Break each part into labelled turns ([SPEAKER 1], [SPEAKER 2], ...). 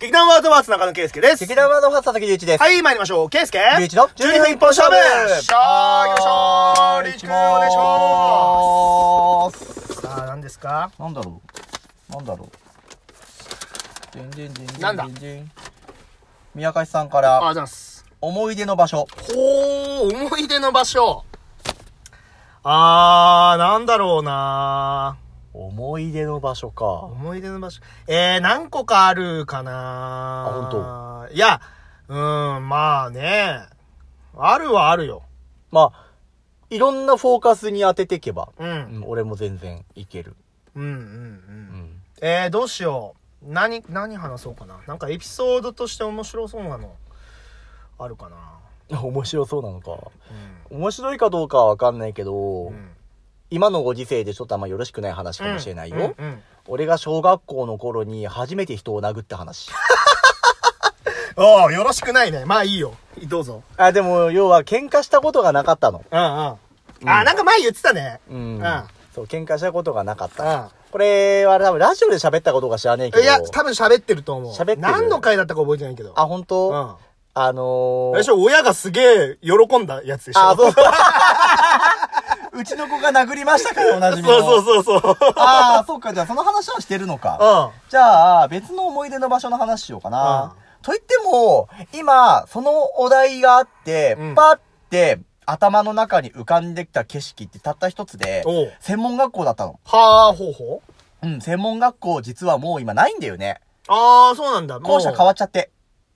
[SPEAKER 1] 劇団ワードワーツ中野圭介です。
[SPEAKER 2] 劇団ワードファー佐々木隆一です。
[SPEAKER 1] はい、参りましょう。圭介
[SPEAKER 2] 隆一の
[SPEAKER 1] 12分一本勝負よっしゃー行きましょうリーチ君お願いし
[SPEAKER 2] ます。
[SPEAKER 1] さあ、何ですか
[SPEAKER 2] なんだろうなんだろうでんでんでんでんでんでん
[SPEAKER 1] なんだ
[SPEAKER 2] 宮川さんか
[SPEAKER 1] あ、
[SPEAKER 2] ら、
[SPEAKER 1] じゃあす。
[SPEAKER 2] 思い出の場所。
[SPEAKER 1] ほー、思い出の場所。あー、なんだろうな
[SPEAKER 2] 思い出の場所か。
[SPEAKER 1] 思い出の場所。えー、何個かあるかな
[SPEAKER 2] あ
[SPEAKER 1] 本当。いや、うーん、まあね。あるはあるよ。
[SPEAKER 2] まあ、いろんなフォーカスに当てていけば、
[SPEAKER 1] う。
[SPEAKER 2] うんん、俺も全然いける。
[SPEAKER 1] うん、うん、う。
[SPEAKER 2] うんん。
[SPEAKER 1] えー、どうしよう。何、何話そうかな。なんかエピソードとして面白そうなの、あるかな。
[SPEAKER 2] 面白そうなのか。
[SPEAKER 1] うん
[SPEAKER 2] 面白いかどうかはわかんないけど、
[SPEAKER 1] うん
[SPEAKER 2] 今のご時世でちょっとあんまよろしくない話かもしれないよ。
[SPEAKER 1] うんうんうん
[SPEAKER 2] 俺が小学校の頃に初めて人を殴った話。
[SPEAKER 1] おーよろしくないね。まあいいよ。どうぞ。
[SPEAKER 2] あ、でも、要は喧嘩したことがなかったの。
[SPEAKER 1] うんうん。あ、なんか前言ってたね。
[SPEAKER 2] うん。
[SPEAKER 1] うん
[SPEAKER 2] そう、喧嘩したことがなかっ
[SPEAKER 1] う
[SPEAKER 2] た。
[SPEAKER 1] ん。
[SPEAKER 2] これは多分ラジオで喋ったことか知らねえけど。
[SPEAKER 1] いや、多分喋ってると思う。
[SPEAKER 2] 喋ってる
[SPEAKER 1] 何の回だったか覚えてないけど。
[SPEAKER 2] あ、本当、
[SPEAKER 1] うん。
[SPEAKER 2] あの
[SPEAKER 1] あ
[SPEAKER 2] ー、
[SPEAKER 1] れでしょ、親がすげえ喜んだやつでしょ。
[SPEAKER 2] あ、そうそう。 うちの子が殴りましたから、おなじみの。
[SPEAKER 1] そう
[SPEAKER 2] う。
[SPEAKER 1] そうそうそう。
[SPEAKER 2] ああ、そうか、じゃあその話はしてるのか。
[SPEAKER 1] う
[SPEAKER 2] じゃあ、別の思い出の場所の話しようかな。
[SPEAKER 1] うん
[SPEAKER 2] と言っても、今、そのお題があって、
[SPEAKER 1] うん
[SPEAKER 2] パって頭の中に浮かんできた景色ってたった一つで、
[SPEAKER 1] ん。おう
[SPEAKER 2] 専門学校だったの。
[SPEAKER 1] はあ、ほうほう。
[SPEAKER 2] うん、専門学校実はもう今ないんだよね。
[SPEAKER 1] ああ、そうなんだ。もう
[SPEAKER 2] 校舎変わっちゃって。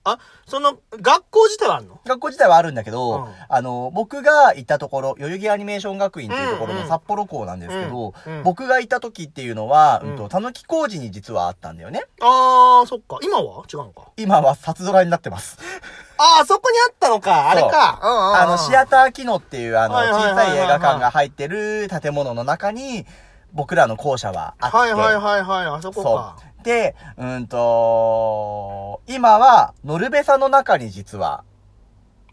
[SPEAKER 1] あ、その、学校自体はあんの
[SPEAKER 2] 学校自体はあるんだけ
[SPEAKER 1] う
[SPEAKER 2] ど、
[SPEAKER 1] ん
[SPEAKER 2] あの、僕が行ったところ、代々木アニメーション学院っていうところ
[SPEAKER 1] うんう
[SPEAKER 2] の
[SPEAKER 1] ん
[SPEAKER 2] 札幌校なんですけど、
[SPEAKER 1] うんうん
[SPEAKER 2] 僕がいた時っていうのは、
[SPEAKER 1] うん
[SPEAKER 2] うんと、たぬき工事に実はあったんだよね。
[SPEAKER 1] ああ、そっか。今は違うのか。
[SPEAKER 2] 今は札空になってます。
[SPEAKER 1] ああ、そこにあったのか。あれか。うんうんうん。
[SPEAKER 2] あの、シアター機能っていう、あの、
[SPEAKER 1] はいはいはい
[SPEAKER 2] 小
[SPEAKER 1] はい
[SPEAKER 2] さい映画館が入ってる建物の中に、僕らの校舎はあって、
[SPEAKER 1] はいはいはいはい、あそこか。
[SPEAKER 2] そう。で、うーんと、今は、ノルベサの中に実は、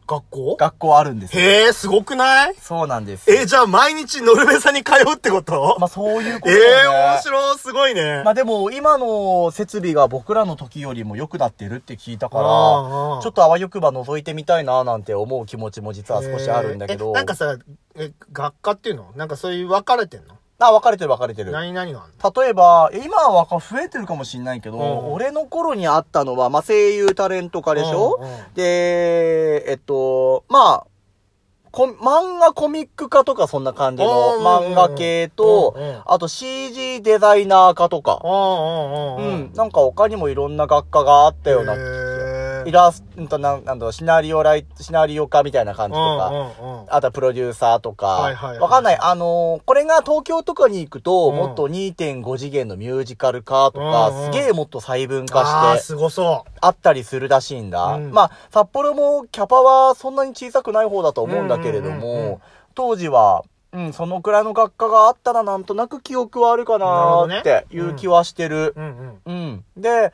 [SPEAKER 1] 学校
[SPEAKER 2] 学校あるんですよ。
[SPEAKER 1] へえ、すごくない
[SPEAKER 2] そうなんですよ。
[SPEAKER 1] え、じゃあ毎日ノルベサに通うってこと、
[SPEAKER 2] まあ、そういうこ
[SPEAKER 1] え
[SPEAKER 2] と
[SPEAKER 1] え
[SPEAKER 2] だよね。
[SPEAKER 1] 面白い、すごいね。
[SPEAKER 2] まあでも、今の設備が僕らの時よりも良くなってるって聞いたから、
[SPEAKER 1] ああ
[SPEAKER 2] ちょっとあわよくば覗いてみたいななんて思う気持ちも実は少しあるんだけ
[SPEAKER 1] へえ
[SPEAKER 2] ど。
[SPEAKER 1] えなんかさ、え、学科っていうのなんかそういう分かれてんの
[SPEAKER 2] あ、分かれてる分かれてる。
[SPEAKER 1] 何々があんの
[SPEAKER 2] 例えば、今はわか増えてるかもしんないけど、
[SPEAKER 1] うん
[SPEAKER 2] 俺の頃にあったのは、まあ、声優タレント化でしょ、
[SPEAKER 1] うんうん
[SPEAKER 2] で、えっと、まあ、こ漫画コミック化とかそんな感じの
[SPEAKER 1] うん
[SPEAKER 2] 漫画系と
[SPEAKER 1] うんうん、
[SPEAKER 2] あと CG デザイナー化とか、
[SPEAKER 1] ああ、ああ、ああ
[SPEAKER 2] う。ん、なんか他にもいろんな学科があったような、
[SPEAKER 1] へえ
[SPEAKER 2] イラスト、うんとなんなんだろうシナリオライ、シナリオ化みたいな感じとか、
[SPEAKER 1] うんうんうん。
[SPEAKER 2] あとはプロデューサーとか、
[SPEAKER 1] はいはいはい
[SPEAKER 2] わかんない。あのーこれが東京とかに行くと、
[SPEAKER 1] うん
[SPEAKER 2] もっと2.5次元のミュージカル化とか、
[SPEAKER 1] うんうん
[SPEAKER 2] すげえもっと細分
[SPEAKER 1] あ
[SPEAKER 2] 化
[SPEAKER 1] あ、
[SPEAKER 2] して、
[SPEAKER 1] すごそ
[SPEAKER 2] あったりするらしいんだ。
[SPEAKER 1] うん
[SPEAKER 2] まあ、札幌もキャパはそんなに小さくない方だと思うんだけれども、
[SPEAKER 1] うんうんうんうん
[SPEAKER 2] 当時は、うん、そのくらいの学科があったらなんとなく記憶はあるかなーっ
[SPEAKER 1] なる
[SPEAKER 2] て
[SPEAKER 1] ほど
[SPEAKER 2] い
[SPEAKER 1] ね
[SPEAKER 2] う気はしてる。
[SPEAKER 1] う。うんうん。
[SPEAKER 2] うん。で、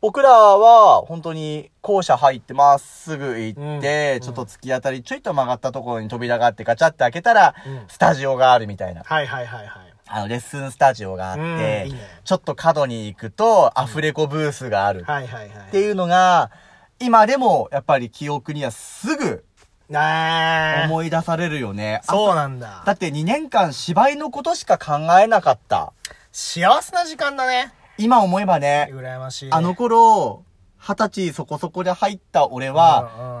[SPEAKER 2] 僕らは本当に校舎入ってまっすぐ行って、
[SPEAKER 1] うん
[SPEAKER 2] ちょっと突き当たりちょいと曲がったところに扉があってガチャって開けたら、
[SPEAKER 1] うん
[SPEAKER 2] スタジオがあるみたいな。
[SPEAKER 1] はいはいはいはい。
[SPEAKER 2] あの、レッスンスタジオがあって、
[SPEAKER 1] うんいいね
[SPEAKER 2] ちょっと角に行くとアフレコブースがある
[SPEAKER 1] はいはいはい。
[SPEAKER 2] っていうのが、今でもやっぱり記憶にはすぐ
[SPEAKER 1] ねえ。
[SPEAKER 2] 思い出されるよね。あ
[SPEAKER 1] そうなんだ。
[SPEAKER 2] だって2年間芝居のことしか考えなかった。
[SPEAKER 1] 幸せな時間だね。
[SPEAKER 2] 今思えばね、
[SPEAKER 1] 羨ましいね。
[SPEAKER 2] あの頃、二十歳そこそこで入った俺
[SPEAKER 1] うんう
[SPEAKER 2] は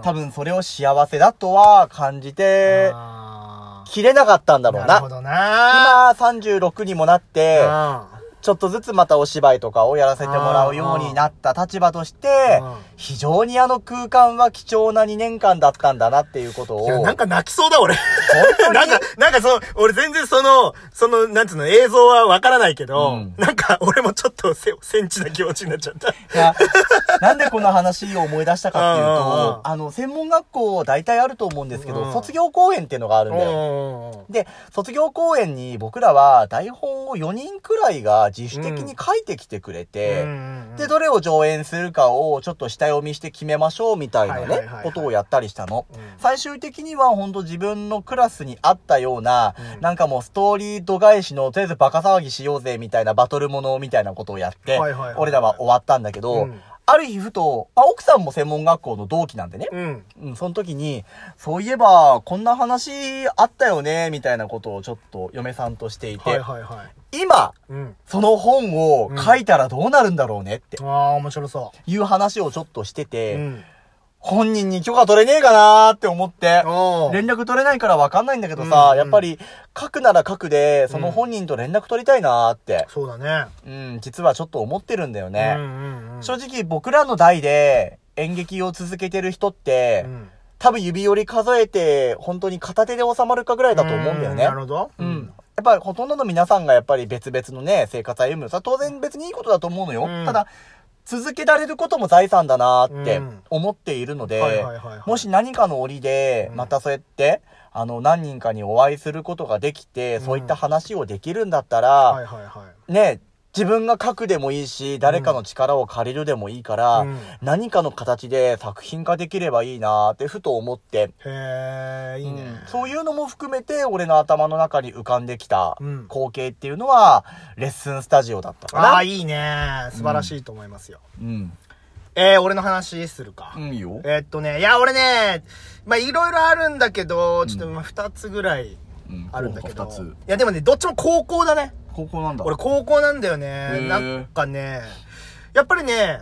[SPEAKER 1] ん、
[SPEAKER 2] 多分それを幸せだとは感じて、
[SPEAKER 1] あー
[SPEAKER 2] 切れなかったんだろう
[SPEAKER 1] なるほ
[SPEAKER 2] な。
[SPEAKER 1] どな。
[SPEAKER 2] 今36にもなって、ちょっとずつまたお芝居とかをやらせてもらうようになった立場として
[SPEAKER 1] うん、
[SPEAKER 2] 非常にあの空間は貴重な2年間だったんだなっていうこと
[SPEAKER 1] うん。
[SPEAKER 2] を。
[SPEAKER 1] いや、なんか泣きそうだ、俺。
[SPEAKER 2] 当に
[SPEAKER 1] なんか、なんかそう、俺全然その、その、なんつうの、映像はわからないけど、
[SPEAKER 2] うん
[SPEAKER 1] なんか俺もちょっとセ、センチな気持ちになっちゃった。
[SPEAKER 2] いやなんでこの話を思い出したかっていう
[SPEAKER 1] うんうんうん
[SPEAKER 2] と、あの、専門学校大体あると思うんですけ
[SPEAKER 1] う
[SPEAKER 2] ど、
[SPEAKER 1] ん
[SPEAKER 2] 卒業公演 っていうのがあるんだよ。
[SPEAKER 1] お
[SPEAKER 2] で、卒業公演に僕らは台本を4人くらいが自主的に書いてきてくれて、で、
[SPEAKER 1] で、
[SPEAKER 2] どれを上演するかをちょっと下読みして決めましょうみたいな
[SPEAKER 1] はいはい
[SPEAKER 2] ね
[SPEAKER 1] はいは、い
[SPEAKER 2] ことをやったりしたの。
[SPEAKER 1] うん
[SPEAKER 2] 最終的には本当自分のクラスにあったような、
[SPEAKER 1] うん
[SPEAKER 2] なんかもうストーリー度外視のとりあえずバカ騒ぎしようぜみたいなバトルものみたいなことをやって、
[SPEAKER 1] はいはいはい
[SPEAKER 2] 俺らは終わったんだけど、
[SPEAKER 1] うん
[SPEAKER 2] ある日ふと、あ、奥さんも専門学校の同期なんでね。
[SPEAKER 1] うん。
[SPEAKER 2] うん、その時に、そういえば、こんな話あったよね、みたいなことをちょっと嫁さんとしていて、
[SPEAKER 1] はいはいはい。
[SPEAKER 2] 今、
[SPEAKER 1] うん。
[SPEAKER 2] その本を書いたらどうなるんだろうねって
[SPEAKER 1] ああ、面白そ
[SPEAKER 2] いう話をちょっとして
[SPEAKER 1] う。
[SPEAKER 2] て、
[SPEAKER 1] うん。
[SPEAKER 2] 本人に許可取れねえかなーって思って、
[SPEAKER 1] お
[SPEAKER 2] 連絡取れないからわかんないんだけどさ、
[SPEAKER 1] うん
[SPEAKER 2] やっぱり書くなら書くで、その本人と連絡取りたいなーって、
[SPEAKER 1] そうだね。
[SPEAKER 2] うん、実はちょっと思ってるんだよ
[SPEAKER 1] う
[SPEAKER 2] ね。
[SPEAKER 1] んうんうん。
[SPEAKER 2] 正直僕らの代で演劇を続けてる人って、
[SPEAKER 1] うん
[SPEAKER 2] 多分指折り数えて、本当に片手で収まるかぐらいだと思うんだよね。
[SPEAKER 1] なるほど。
[SPEAKER 2] うん。やっぱりほとんどの皆さんがやっぱり別々のね、生活歩む。さ、当然別にいいことだと思うのよ。
[SPEAKER 1] うん
[SPEAKER 2] ただ、続けられることも財産だなーって
[SPEAKER 1] うん
[SPEAKER 2] 思っているので、
[SPEAKER 1] はいはいはいはい
[SPEAKER 2] もし何かの折で
[SPEAKER 1] う、ん
[SPEAKER 2] またそうやって、あの、何人かにお会いすることができて、
[SPEAKER 1] ん
[SPEAKER 2] そういった話をできるんだった
[SPEAKER 1] はい
[SPEAKER 2] ら、
[SPEAKER 1] はいはい。
[SPEAKER 2] ね、自分が書くでもいいし、誰かの力を借りるでもいいから、
[SPEAKER 1] うん
[SPEAKER 2] 何かの形で作品化できればいいなーってふと思って、
[SPEAKER 1] へえ、いいね
[SPEAKER 2] う。んそういうのも含めて俺の頭の中に浮かんできた
[SPEAKER 1] うん
[SPEAKER 2] 光景っていうのはレッスンスタジオだったか
[SPEAKER 1] あ
[SPEAKER 2] な。
[SPEAKER 1] あ、いいね。素晴らしいと思いますよ。
[SPEAKER 2] うん。
[SPEAKER 1] えー、俺の話するか。
[SPEAKER 2] いいよ。
[SPEAKER 1] えーっとね、いや、俺ね、まあ、いろいろあるんだけど、ちょっとまあ、二つぐらい
[SPEAKER 2] うん
[SPEAKER 1] あるんだけど。
[SPEAKER 2] 候補
[SPEAKER 1] い
[SPEAKER 2] 二つ
[SPEAKER 1] や、でもね、どっちも高校だね。
[SPEAKER 2] 高校なんだ。
[SPEAKER 1] 俺、高校なんだよね。
[SPEAKER 2] ー
[SPEAKER 1] なんかね、やっぱりね、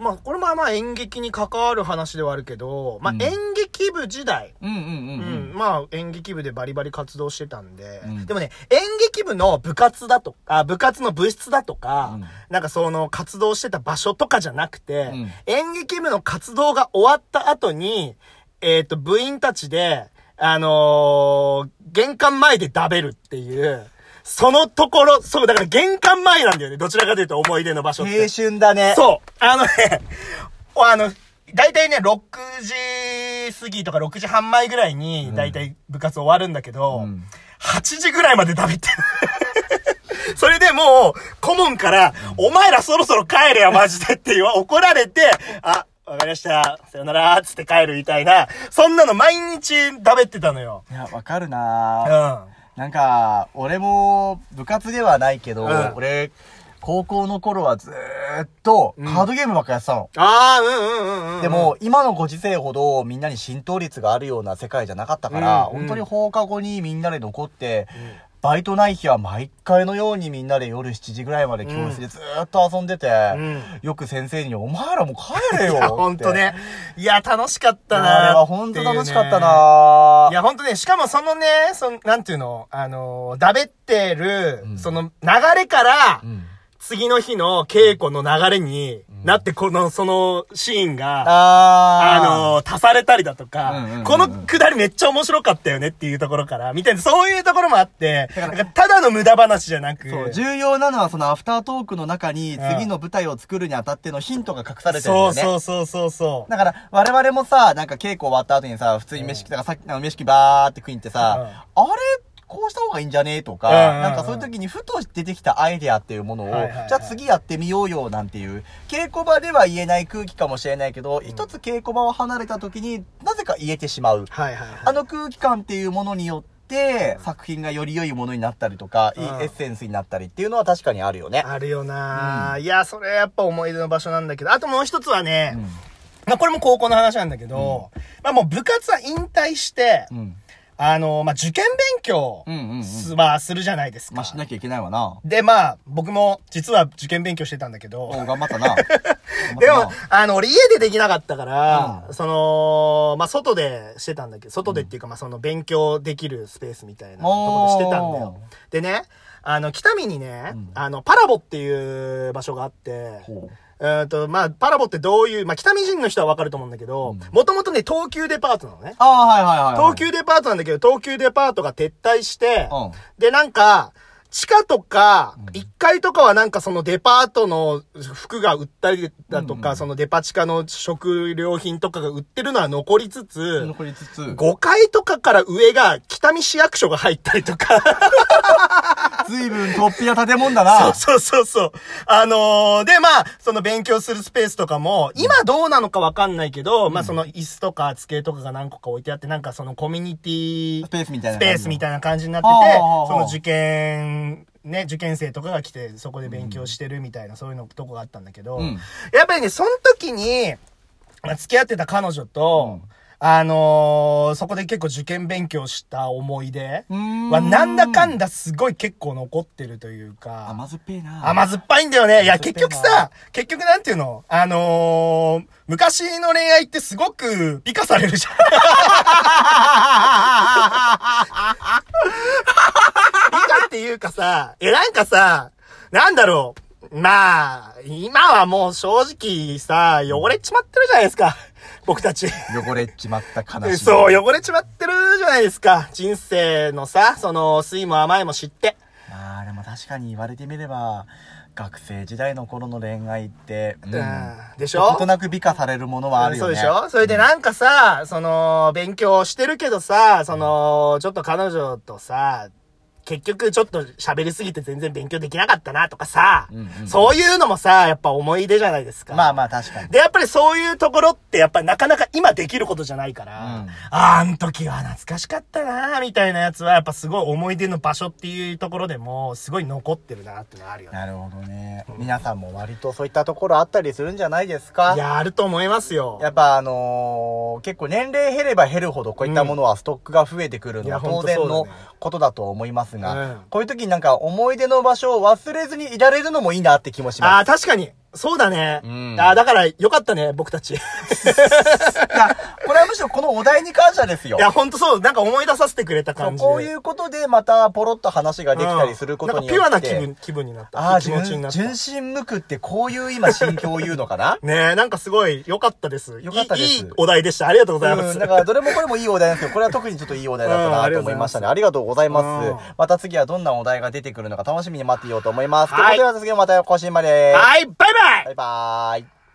[SPEAKER 1] まあ、これもまあ演劇に関わる話ではあるけど、まあ
[SPEAKER 2] う、ん
[SPEAKER 1] 演劇部時代、
[SPEAKER 2] うんうんう
[SPEAKER 1] うんん
[SPEAKER 2] うん。
[SPEAKER 1] まあ演劇部でバリバリ活動してたんで、
[SPEAKER 2] うん
[SPEAKER 1] でもね演劇部の部活だとあ部活の部室だとか、
[SPEAKER 2] うん
[SPEAKER 1] なんかその活動してた場所とかじゃなくて、
[SPEAKER 2] うん
[SPEAKER 1] 演劇部の活動が終わった後にえっ、と部員たちであのー玄関前で食べるっていうそのところそうだから玄関前なんだよねどちらかというと思い出の場所って
[SPEAKER 2] 青春 だね。
[SPEAKER 1] そう。あのね、あの、大体ね、6時過ぎとか6時半前ぐらいに、大体部活終わるんだけど、
[SPEAKER 2] うん
[SPEAKER 1] 8時ぐらいまで食べてる。 それでもう、顧問から、お前らそろそろ帰れや、マジでって言わ、怒られて、あ、わかりました、さよなら、つって帰るみたいな、そんなの毎日食べてたのよ。
[SPEAKER 2] いや、わかる
[SPEAKER 1] う
[SPEAKER 2] なー
[SPEAKER 1] ん。
[SPEAKER 2] なんか、俺も部活ではないけど、
[SPEAKER 1] うん
[SPEAKER 2] 俺、高校の頃はずーっとカードゲームばっかやってたの。
[SPEAKER 1] ああ、うんうんうん、うん。
[SPEAKER 2] でも、、今のご時世ほどみんなに浸透率があるような世界じゃなかったから、
[SPEAKER 1] うんうん
[SPEAKER 2] 本当に放課後にみんなで残って、バイトない日は毎回のようにみんなで夜7時ぐらいまで教室でずーっと遊んでて、
[SPEAKER 1] うん
[SPEAKER 2] よく先生に、お前らもう帰れ
[SPEAKER 1] い
[SPEAKER 2] よ
[SPEAKER 1] や、ほんと。ね。いや、楽しかっ
[SPEAKER 2] って
[SPEAKER 1] たな
[SPEAKER 2] あれは本当楽しかったない
[SPEAKER 1] や、ほんとね、しかもそのね、その、なんていうの、あのー、だべってる、
[SPEAKER 2] うん
[SPEAKER 1] その流れから、
[SPEAKER 2] うん
[SPEAKER 1] 次の日の稽古の流れになって、この、そのシーンが、あ
[SPEAKER 2] あー。
[SPEAKER 1] のー、足されたりだと
[SPEAKER 2] うんうんうんう
[SPEAKER 1] か
[SPEAKER 2] ん、
[SPEAKER 1] このくだりめっちゃ面白かったよねっていうところから、みたいな、そういうところもあって、なんかただの無駄話じゃなく、
[SPEAKER 2] そう、重要なのはそのアフタートークの中に
[SPEAKER 1] うん
[SPEAKER 2] 次の舞台を作るにあたってのヒントが隠されて
[SPEAKER 1] そ
[SPEAKER 2] るんだよ
[SPEAKER 1] う
[SPEAKER 2] ね。
[SPEAKER 1] そうそうそうそう。
[SPEAKER 2] だから、我々もさ、なんか稽古終わった後にさ、普通に飯食ったから、さっきの飯食いバーって食いに行ってさ、あれこうした方がいいんじゃねとか、
[SPEAKER 1] うんうんうん
[SPEAKER 2] なんかそういう時にふと出てきたアイデアっていうものを、
[SPEAKER 1] はいはいはい
[SPEAKER 2] じゃあ次やってみようよなんていう、稽古場では言えない空気かもしれないけど、一つ稽古場を離れた時になぜか言えてしまう。
[SPEAKER 1] はいはいはい。
[SPEAKER 2] あの空気感っていうものによって、作品がより良いものになったりとか、いいエ
[SPEAKER 1] うん
[SPEAKER 2] ッセンスになったりっていうのは確かにあるよね。
[SPEAKER 1] あるよな、いや、それやっぱ思い出の場所なんだけど、あともう一つはね、
[SPEAKER 2] うん
[SPEAKER 1] まあこれも高校の話なんだけど、まあもう部活は引退して、
[SPEAKER 2] うん。
[SPEAKER 1] あの、まあ受験勉強
[SPEAKER 2] うんうんうん
[SPEAKER 1] すはするじゃないですか。
[SPEAKER 2] まあ、しなきゃいけないわな。
[SPEAKER 1] で、まあ僕も実は受験勉強してたんだけど、
[SPEAKER 2] お頑張ったな。
[SPEAKER 1] で
[SPEAKER 2] 頑張った
[SPEAKER 1] も
[SPEAKER 2] な、
[SPEAKER 1] あの、俺家でできなかったから、その、まあ、外でしてたんだけど、外でっていうか、まあ、その勉強できるスペースみたいなとこでしてたんだよ
[SPEAKER 2] お。
[SPEAKER 1] でね、あの、北見にね、
[SPEAKER 2] うん
[SPEAKER 1] あの、パラボっていう場所があって、
[SPEAKER 2] ほう
[SPEAKER 1] うーんと、まあ、パラボってどういう、まあ、北見人の人はわかると思うんだけど、もともとね、東急デパートなのね。
[SPEAKER 2] ああ、はいはいはいはい。
[SPEAKER 1] 東急デパートなんだけど、東急デパートが撤退して、
[SPEAKER 2] うん
[SPEAKER 1] で、なんか、地下とか、1階とかはなんかそのデパートの服が売ったりだとか、そのデパ地下の食料品とかが売ってるのは残りつつ、
[SPEAKER 2] 残りつつ、
[SPEAKER 1] 5階とかから上が北見市役所が入ったりとか、
[SPEAKER 2] 随分突飛な建物だ
[SPEAKER 1] そう
[SPEAKER 2] な。
[SPEAKER 1] そうそうそう。あのーで、まあ、その勉強するスペースとかも、今どうなのかわかんないけど、まあその椅子とか机とかが何個か置いてあって、なんかそのコミュニティ
[SPEAKER 2] スペースみたい
[SPEAKER 1] ス
[SPEAKER 2] な感じ
[SPEAKER 1] ペ
[SPEAKER 2] の
[SPEAKER 1] ースみたいな感じになってて、
[SPEAKER 2] はあはあはあ
[SPEAKER 1] その受験ね、受験生とかが来て、そこで勉強してるみたいな、そういうのとこがあったんだけど、
[SPEAKER 2] うん
[SPEAKER 1] やっぱりね、その時に、まあ付き合ってた彼女と、
[SPEAKER 2] うん
[SPEAKER 1] あのーそこで結構受験勉強した思い出
[SPEAKER 2] うーん
[SPEAKER 1] は、なんだかんだすごい結構残ってるというか、
[SPEAKER 2] 甘酸っぱいな。
[SPEAKER 1] 甘酸っぱいんだよね。いや、
[SPEAKER 2] 甘酸っ
[SPEAKER 1] 結
[SPEAKER 2] ぱい
[SPEAKER 1] 局
[SPEAKER 2] な
[SPEAKER 1] さ、結局なんていうのあのー、昔の恋愛ってすごく美化されるじゃん。美化っていうかさ、え、なんかさ、なんだろう。まあ、今はもう正直さ、汚れちまってるじゃないですか。僕たち。
[SPEAKER 2] 汚れちまった悲しみ。
[SPEAKER 1] そう、汚れちまってるじゃないですか。人生のさ、その、酸いも甘いも知って。
[SPEAKER 2] まあでも確かに言われてみれば、学生時代の頃の恋愛って、うん
[SPEAKER 1] うんでし
[SPEAKER 2] な
[SPEAKER 1] ょ
[SPEAKER 2] んとなく美化されるものはあるよね。
[SPEAKER 1] そうでしょそれでなんかさ、その、勉強してるけどさ、その、ちょっと彼女とさ、結局ちょっと喋りすぎて全然勉強できなかったなとかさ、
[SPEAKER 2] うんうん
[SPEAKER 1] そういうのもさ、やっぱ思い出じゃないですか。
[SPEAKER 2] まあまあ確かに。
[SPEAKER 1] で、やっぱりそういうところって、やっぱりなかなか今できることじゃないから、
[SPEAKER 2] うん
[SPEAKER 1] あーあの時は懐かしかったなーみたいなやつは、やっぱすごい思い出の場所っていうところでも、すごい残ってるなってのはあるよね。
[SPEAKER 2] なるほどね。皆さんも割とそういったところあったりするんじゃないですか
[SPEAKER 1] いや、あると思いますよ。
[SPEAKER 2] やっぱあのー結構年齢減れば減るほどこういったものはストックが増えてくるの
[SPEAKER 1] いや
[SPEAKER 2] は
[SPEAKER 1] ほん
[SPEAKER 2] 当
[SPEAKER 1] とそうだ
[SPEAKER 2] 然
[SPEAKER 1] ね
[SPEAKER 2] のことだと思いますが、
[SPEAKER 1] うん
[SPEAKER 2] こういう時になんか思い出の場所を忘れずにいられるのもいいなって気もし
[SPEAKER 1] あ
[SPEAKER 2] ま
[SPEAKER 1] あ、確かに。そうだね。
[SPEAKER 2] うん
[SPEAKER 1] ああ、だから、よかったね、僕たち。い
[SPEAKER 2] す。いやこれはむしろこのお題に感謝です よ。
[SPEAKER 1] や、ほんとそう。なんか思い出させてくれた
[SPEAKER 2] そう
[SPEAKER 1] 感じで。
[SPEAKER 2] こういうことでまたポロッと話ができたりすることによって。
[SPEAKER 1] うんなんかピュアな気分、気分になった。
[SPEAKER 2] ああ、
[SPEAKER 1] 気持ちにな
[SPEAKER 2] 純
[SPEAKER 1] った。
[SPEAKER 2] 純真無垢ってこういう今心境を言うのかな
[SPEAKER 1] ねえ、なんかすごい、良かったです。
[SPEAKER 2] 良かったです
[SPEAKER 1] いいいいお題でした。あり がとうございま
[SPEAKER 2] う
[SPEAKER 1] す。
[SPEAKER 2] ん、だからどれもこれもいいお題なんですけど、これは特にちょっといいお題だったなと思いましたね。ありがとうござい
[SPEAKER 1] うん
[SPEAKER 2] ます。また次はどんなお題が出てくるのか楽しみに待っていようと思います。
[SPEAKER 1] はい
[SPEAKER 2] ということで、次はまたお越しまで。
[SPEAKER 1] はい、バイバイ
[SPEAKER 2] バイバーイ。